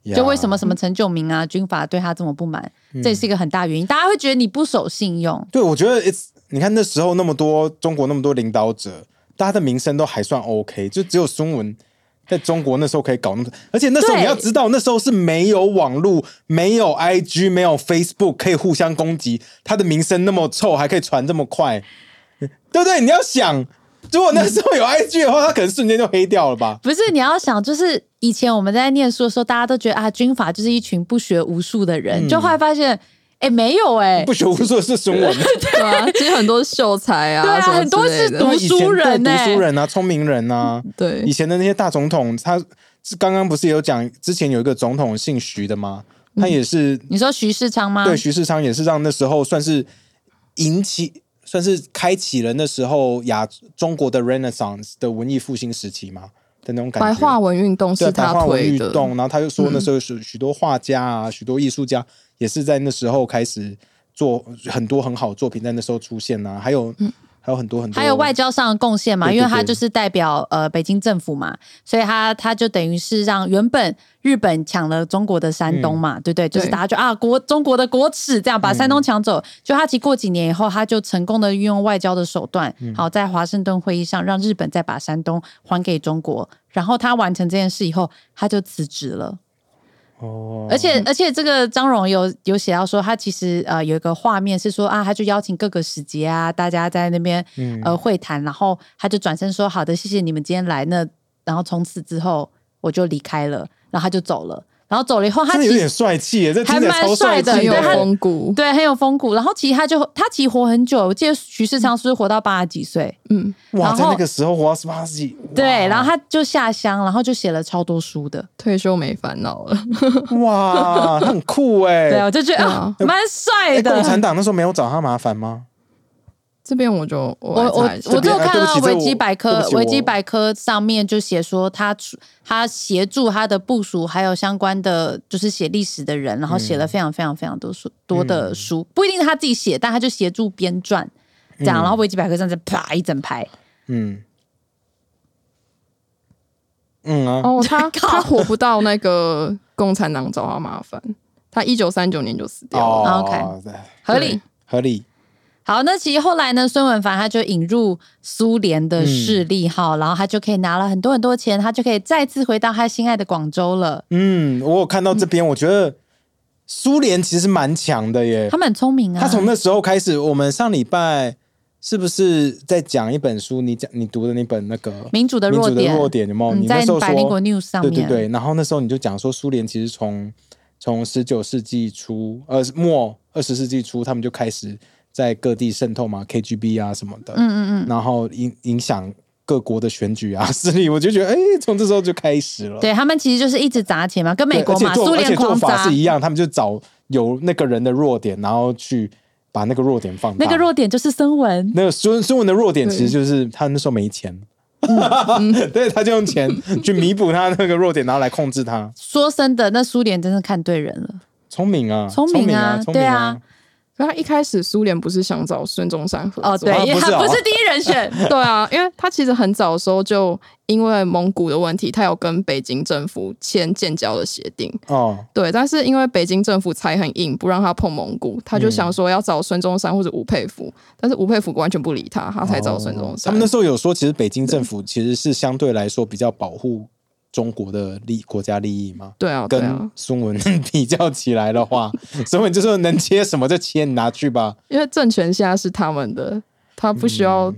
呀嗯就为什么什么陈炯明啊、军阀对他这么不满，这也是一个很大原因。大家会觉得你不守信用，对，我觉得 it's 你看那时候那么多中国那么多领导者，大家的名声都还算 OK，就只有孙文在中国那时候可以搞那么，而且那时候对你要知道，那时候是没有网络、没有 IG、没有 Facebook 可以互相攻击，他的名声那么臭，还可以传这么快，对不对？你要想，如果那时候有 IG 的话，他可能瞬间就黑掉了吧？不是你要想，就是以前我们在念书的时候，大家都觉得啊，军阀就是一群不学无术的人，就后来发现，哎、没有哎、嗯不学无术的是孙文，对啊，其实很多是秀才 对啊啊，什么很多之类的 是读以前书人对欸读书人啊，聪明人啊，以对，前的那些大总统，他是刚刚不是有讲，之前有一个总统姓徐的吗？嗯他也是、你说徐世昌吗？对徐世昌也是让那时候算是引起，算是开启了那时候亚中国的 Renaissance 的文艺复兴时期嘛的那种感觉。白话文运动对啊是白他话文推运的，动，然后他就说那时候许许多画家啊，许多艺术家也是在那时候开始做很多很好的作品，在那时候出现啊，还有、还有很多很多，嗯还有外交上的贡献嘛，对对因为他对就是代表呃北京政府嘛，所以他他就等于是让原本日本抢了中国的山嗯东嘛，对不对？就是对大家就啊国中国的国耻这样把山东抢走，就他其实过几年以后，他就成功的运用外交的手段，嗯好在华盛顿会议上让日本再把山东还给中国，然后他完成这件事以后，他就辞职了。哦，而且而且这个张荣有有写到说，他其实呃有一个画面是说啊，他就邀请各个使节啊，大家在那边嗯呃会谈，然后他就转身说好的，谢谢你们今天来，那然后从此之后我就离开了，然后他就走了，然后走了以后他真的其有实点帅气耶，这听还起来蛮超帅的气哦很有对他风骨，对很有风骨，然后其实他就他其实活很久，我记得徐世昌是不是活到八十几岁？嗯，然哇，后在那个时候活到十八世纪，对，然后他他就下乡，然后就写了超多书的，退休没烦恼了， 哇，他很酷 哎、对，我就觉得对啊啊蛮帅哎的共。产党那时候没有找他麻烦吗？这边我就我我我来查一下我只有哎看对不到起这维我基百对科不，起维基我百科上面就写说他出他协助他的部署，还有相关的就是写历史的人，然后嗯写了非常非常非常多书多的书，不一定是他自己写，但他就协助编撰这样，然后维基百科上再啪一整排，嗯，嗯啊，哦， 他靠他活不到那个共产党找他麻烦，他一九三九年就死掉了。哦啊 OK 合理对。合理，好，那其实后来呢，孙文凡他就引入苏联嗯的势力哈，然后他就可以拿了很多很多钱，他就可以再次回到他心爱的广州了。嗯，我有看到这边，我觉得苏联其实蛮强的耶他。们很聪明啊，他从那时候开始，我们上礼拜是不是在讲一本书？你讲你读的那本那个民主的民弱主的点，弱点有没有？嗯你那在时候说百灵果 news 上面，对对对，然后那时候你就讲说，苏联其实从从十九世纪初呃末二十世纪初，他们就开始在各地渗透嘛，KGB 啊什么的，嗯嗯嗯，然后影影响各国的选举啊 势力，我就觉得哎，从这时候就开始了。对他们其实就是一直砸钱嘛，跟对，美国而且嘛，做苏而且联做狂法砸是。一样，他们就找有那个人的弱点，然后去把那个弱点放大。那个弱点就是孙文，那个孙孙文的弱点其实就是他那时候没钱，嗯 对，他就用 钱去弥补他那个弱点，然后来控制他。说真的，那苏联真是看对人了。聪明啊，聪明明啊聪对明啊啊，所以他一开始苏联不是想找孙中山合作？哦，对，啊因为 不是他哦不是第一人选。 对啊，因为他其实很早的时候就因为蒙古的问题，他有跟北京政府签建交的协定。哦，对，但是因为北京政府才很硬，不让他碰蒙古，他就嗯想说要找孙中山或者吴佩孚，但是吴佩孚完全不理他，他才找孙中哦他山。们那时候有说，其实北京政府其实是相对来说比较保护中国的利国家利益嘛。对啊，对啊跟，孙文 比较起来的 话，孙文就说能切什么就切，你拿去吧。因为政权现在是他们的，他不需要。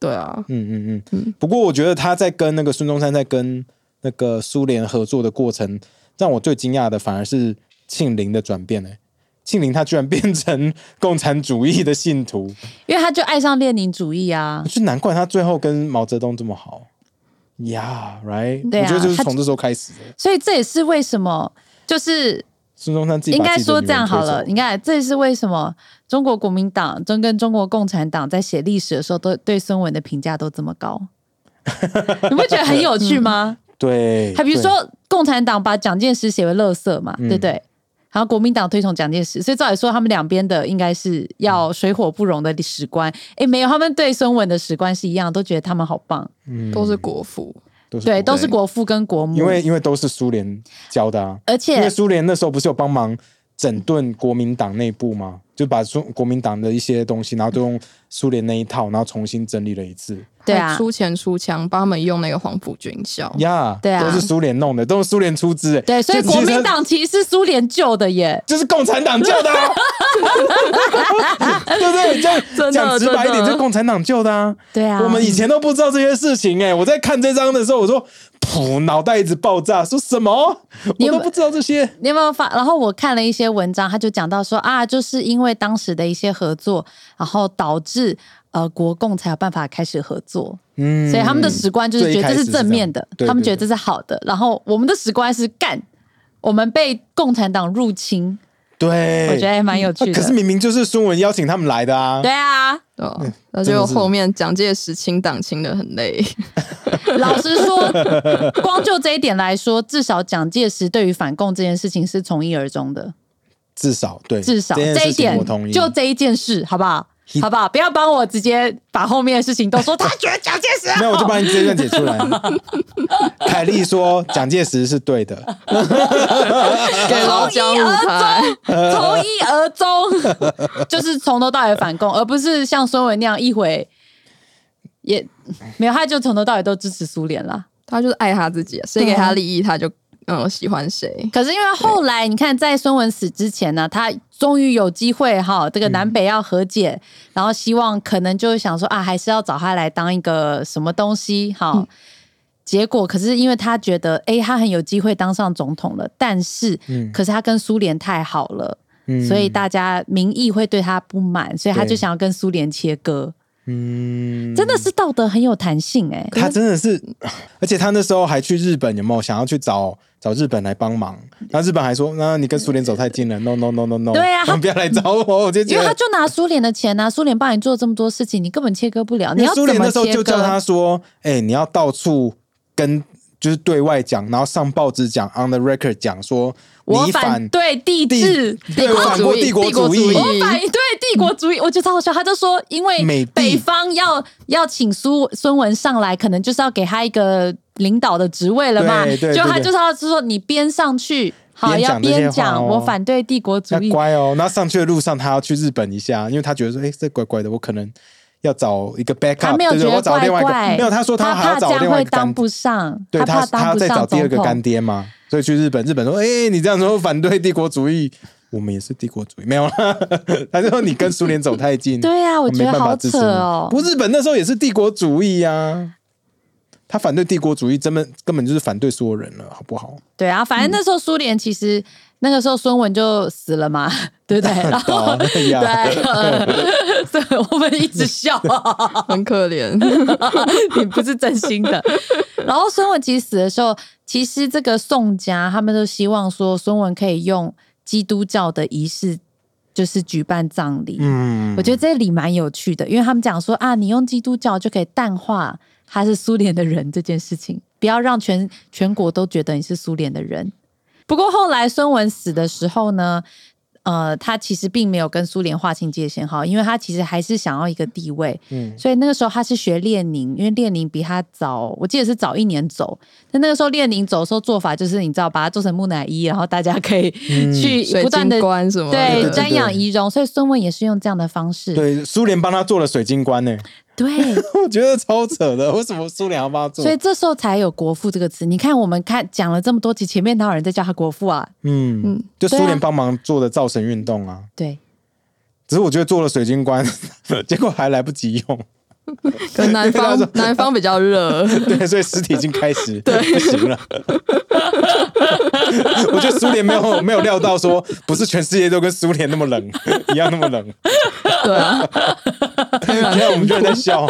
对啊，嗯嗯嗯。不过我觉得他在跟那个孙中山在跟那个苏联合作的过程，让我最惊讶的反而是庆龄的转变呢、欸庆龄他居然变成共产主义的信徒，因为他就爱上列宁主义啊。就难怪他最后跟毛泽东这么好。呀、yeah,，right？、对啊我觉得就是他从这时候开始的。所以这也是为什么，就是孙中山自己应把该自己的说女这样人好推了。走你看，这也是为什么中国国民党中跟中国共产党在写历史的时候，都对孙文的评价都这么 高。你不觉得很有趣吗？哎对，嗯还比如说，共产党把蒋介石写为垃圾嘛，对不对？然后国民党推崇蒋介石，所以照理说他们两边的应该是要水火不容的史观。诶，没有，他们对孙文的史观是一样，都觉得他们好棒。嗯都是国父。对对，都是国国父跟国母。因为因为都是苏联教的啊，而因为且苏联那时候不是有帮忙整顿国民党内部吗？就把苏国民党的一些东西，然后都用苏联那一套，然后重新整理了一次。对还啊，出钱出枪帮他们用那个黄埔军校。呀、对啊都是苏联弄的，都是苏联出资、欸。对，所以就其实国民党其实是苏联救的耶。就是共产党救的、 啊，对不对？这样真的讲直白一真点，的就是共产党救的啊。对啊，我们以前都不知道这些事情哎、我在看这张的时候，我说噗，脑袋一直爆炸，说什么？你我有都不知道这些。你有没有发？然后我看了一些文章，他就讲到说啊，就是因为当时的一些合作，然后导致呃国共才有办法开始合作，嗯所以他们的史观就是觉得这是正面的，最一开始是这样对他们觉得这是好的。然后我们的史观是干，我们被共产党入侵，对，我觉得还蛮有趣哎可是的。明明就是孙文邀请他们来的 啊。对啊，对啊，嗯那就后面蒋介石清党清的很 累。老实说，光就这一点来说，至少蒋介石对于反共这件事情是从一而终的。至少对，至少这件这一事情点我同，意。就这一件事，好不好？好不好？不要帮我直接把后面的事情都说他觉得蒋介石啊没有，我就帮你这段解出 来。凯莉说蒋介石是对的，给老姜舞台，从一而终， 就是从头到尾反共，而不是像孙文那样一回也没有，他就从头到尾都支持苏联啦。他就是爱他自己，啊谁给他利益他就嗯喜欢谁。可是因为后来你看，在孙文死之前呢，他终于有机会哈，这个南北要和解，然后希望可能就是想说啊，还是要找他来当一个什么东西哈。结果可是因为他觉得，哎、他很有机会当上总统了，但是，可是他跟苏联太好嗯了，所以大家民意会对他不满，所以他就对想要跟苏联切割。嗯，真的是道德很有弹性哎、他真的是，而且他那时候还去日本，有没有想要去找找日本来帮忙？然后日本还说，那你跟苏联走太近了，no no no no no，对啊他不要来找我，我就觉因为他得。就拿苏联的钱啊，苏联帮你做这么多事情，你根本切割不了。你因为要苏怎联么那时候切就割叫？他说，哎、你要到处跟就是对外讲，然后上报纸讲，on the record 讲说我你反反对帝制，对帝国反主国义帝国帝国主主义义我，反对帝国主义，我觉得超好笑。他就说，因美为帝北方要要请苏孙文上来，可能就是要给他一个领导的职位了嘛。对对对就他对就是要说你编上去，好边要讲这些边话讲哦我反对帝国主要义。乖哦。然后上去的路上，他要去日本一下，因为他觉得说，哎、这怪怪的，我可能要找一个 backup，他没有对觉不对？得我找怪另外一个，怪，没有，他说他还要怕这找样另外会一个当干不上，对怕他当不再找上第总二个干统。爹嘛，所以去日本，日本说，哎、你这样说反对帝国主义，我们也是帝国主义，没有啦。他说你跟苏联走太 近，对啊，我没觉得办法好支扯持你哦。不，日本那时候也是帝国主义啊。他反对帝国主义，根本根本就是反对所有人了，好不好？对啊，反嗯正那时候苏联其实、那个时候孙文就死了嘛，对不对？然 后哎呀哦对， 呃所以我们一直笑、啊哦很可怜。 你不是真心的。然后孙文其实死的时候，其实这个宋家他们都希望说孙文可以用基督教的仪式，就是举办葬礼。嗯我觉得这里蛮有趣的，因为他们讲说啊，你用基督教就可以淡化他是苏联的人这件事情，不要让全全国都觉得你是苏联的人。不过后来孙文死的时候呢，呃，他其实并没有跟苏联划清界限哈，因为他其实还是想要一个地位，嗯所以那个时候他是学列宁，因为列宁比他早，我记得是早一年走。那那个时候列宁走的时候做法就是，你知道，把它做成木乃伊，然后大家可以嗯去水不断的晶棺什么对的哦对瞻仰仪容，所以孙文也是用这样的方式。对，苏联帮他做了水晶棺呢、 对我觉得超扯的。为什么苏联要帮他做？所以这时候才有国父这个词。你看，我们看讲了这么多集，前面哪有人在叫他国父啊？嗯，就苏联帮忙做的造神运动啊。 对，只是我觉得做了水晶棺， 结果还来不及用，可能 南方南方比较热，对，所以尸体已经开始不行了。 我觉得苏联没有没有料到说，不是全世界都跟苏联那么冷 一样那么冷。对啊，你看我们就在笑，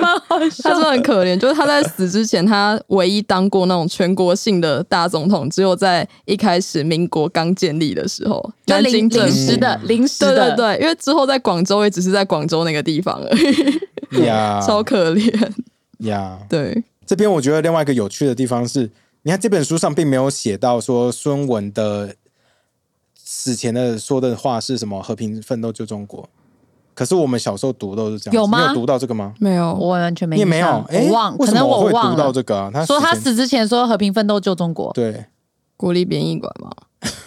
蛮好他笑真的很可怜。就是他在死之前，他唯一当过那种全国性的大总统，只有在一开始民国刚建立的时候，就南临京政临府时的，嗯临时对的，对对，因为之后在广州也只是在广州那个地方而已，呀 超可怜。呀。对，这边我觉得另外一个有趣的地方是，你看这本书上并没有写到说孙文的死前的说的话是什么“和平奋斗救中国”，可是我们小时候读都是这样子，有吗你有读到这个吗？没有，我完全没你也没印有象，哎，我忘，为可什么能我会忘读到了。这个啊？他说他死前死之前说和平奋斗救中国，对，国立编译馆嘛，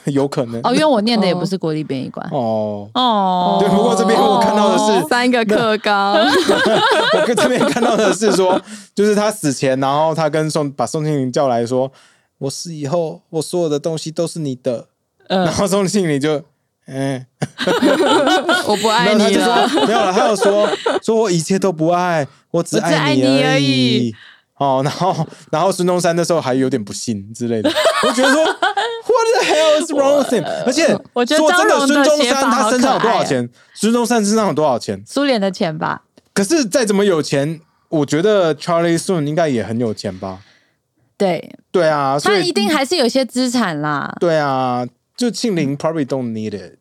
有可能哦，因为我念的也不是国立编译馆。哦。哦，对，不过这边我看到的是，哦三个课纲， 我跟这边看到的是说，就是他死前，然后他跟宋把宋庆龄叫来说：“我死以后，我所有的东西都是你的。”嗯然后宋庆龄就，嗯、我不爱然后他你就了。说没有了，他 有说说我一切都不爱，我只爱我只爱你而而已。哦，然后然后孙中山那时候还有点不信之 类的，我觉得说 What the hell is wrong with him？而且我觉得说张真的，荣孙的中写山法他好身上有可多爱少啊钱？孙中山身上有多少钱？ 苏联的钱吧？可是再怎么有钱，我觉得 Charlie Sun 应该也很有钱吧？对，对啊，所他以一定还是有一些资产啦。对啊，就庆龄 probably don't need it。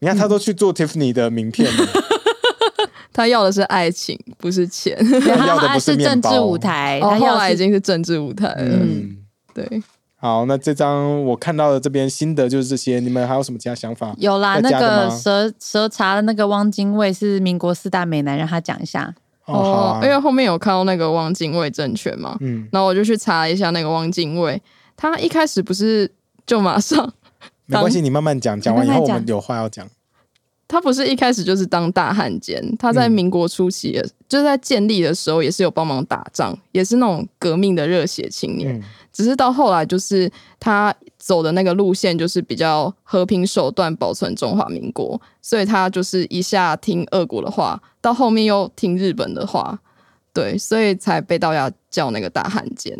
你嗯看他都去做 Tiffany 的名片 了，他要的是爱情，不是钱。对 要他的他不是是面政包治舞台，哦，他后要来是已经是政治舞台了。嗯。对，好，那这张我看到的这边心得就是这些，你们还有什么其他想法？有啦，在那家的个吗蛇蛇茶的那个汪精卫是民国四大美男，让他讲一下。哦，好啊因，为后面有看到那个汪精卫政权嘛，嗯，然后我就去查一下那个汪精卫，他一开始不是就马上，没关系，你慢慢讲，讲完以后我们有话要讲。他不是一开始就是当大汉奸，嗯他在民国初期也、就是在建立的时候也是有帮忙打仗，也是那种革命的热血青年，嗯只是到后来就是他走的那个路线就是比较和平手段保存中华民国，所以他就是一下听俄国的话，到后面又听日本的话，对，所以才被大家叫那个大汉奸。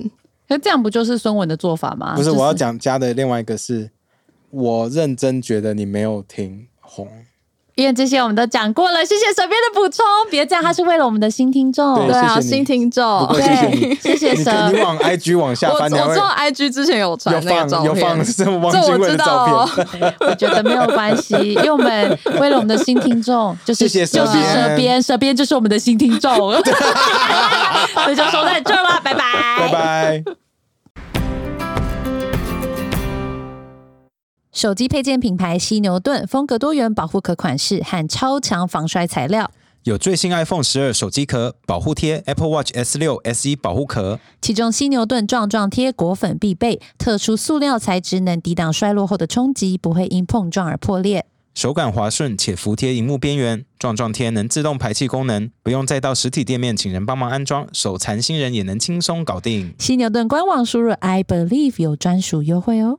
可这样不就是孙文的做法啊吗？不是，就我要讲家的另外一个是，我认真觉得你没有听红，因为这些我们都讲过了，谢谢蛇边的补充，别这样，他是为了我们的新听众。对对啊，谢谢你新听众不，过谢谢你，谢谢你蛇你往 IG 往下我我翻，知你还会道 IG 之前有有传那个放照有片 放，是汪这精我卫的知道照哦片。。我觉得没有关系，因为我们为了我们的新听众，就是谢谢蛇就边是蛇边，蛇边就是我们的新听 众，所以就收在这儿了，拜拜，拜拜。手机配件品牌犀牛盾，风格多元，保护壳款式和超强防摔材料，有最新 iPhone 十二手机壳、保护贴、Apple Watch S 六、S 一保护壳。其中犀牛盾撞撞贴果粉必备，特殊塑料材质能抵挡摔落后的冲击，不会因碰撞而破裂。手感滑顺且服贴荧幕边缘，撞撞贴能自动排气功能，不用再到实体店面请人帮忙安装，手残新人也能轻松搞定。犀牛盾官网输入 I believe 有专属优惠哦。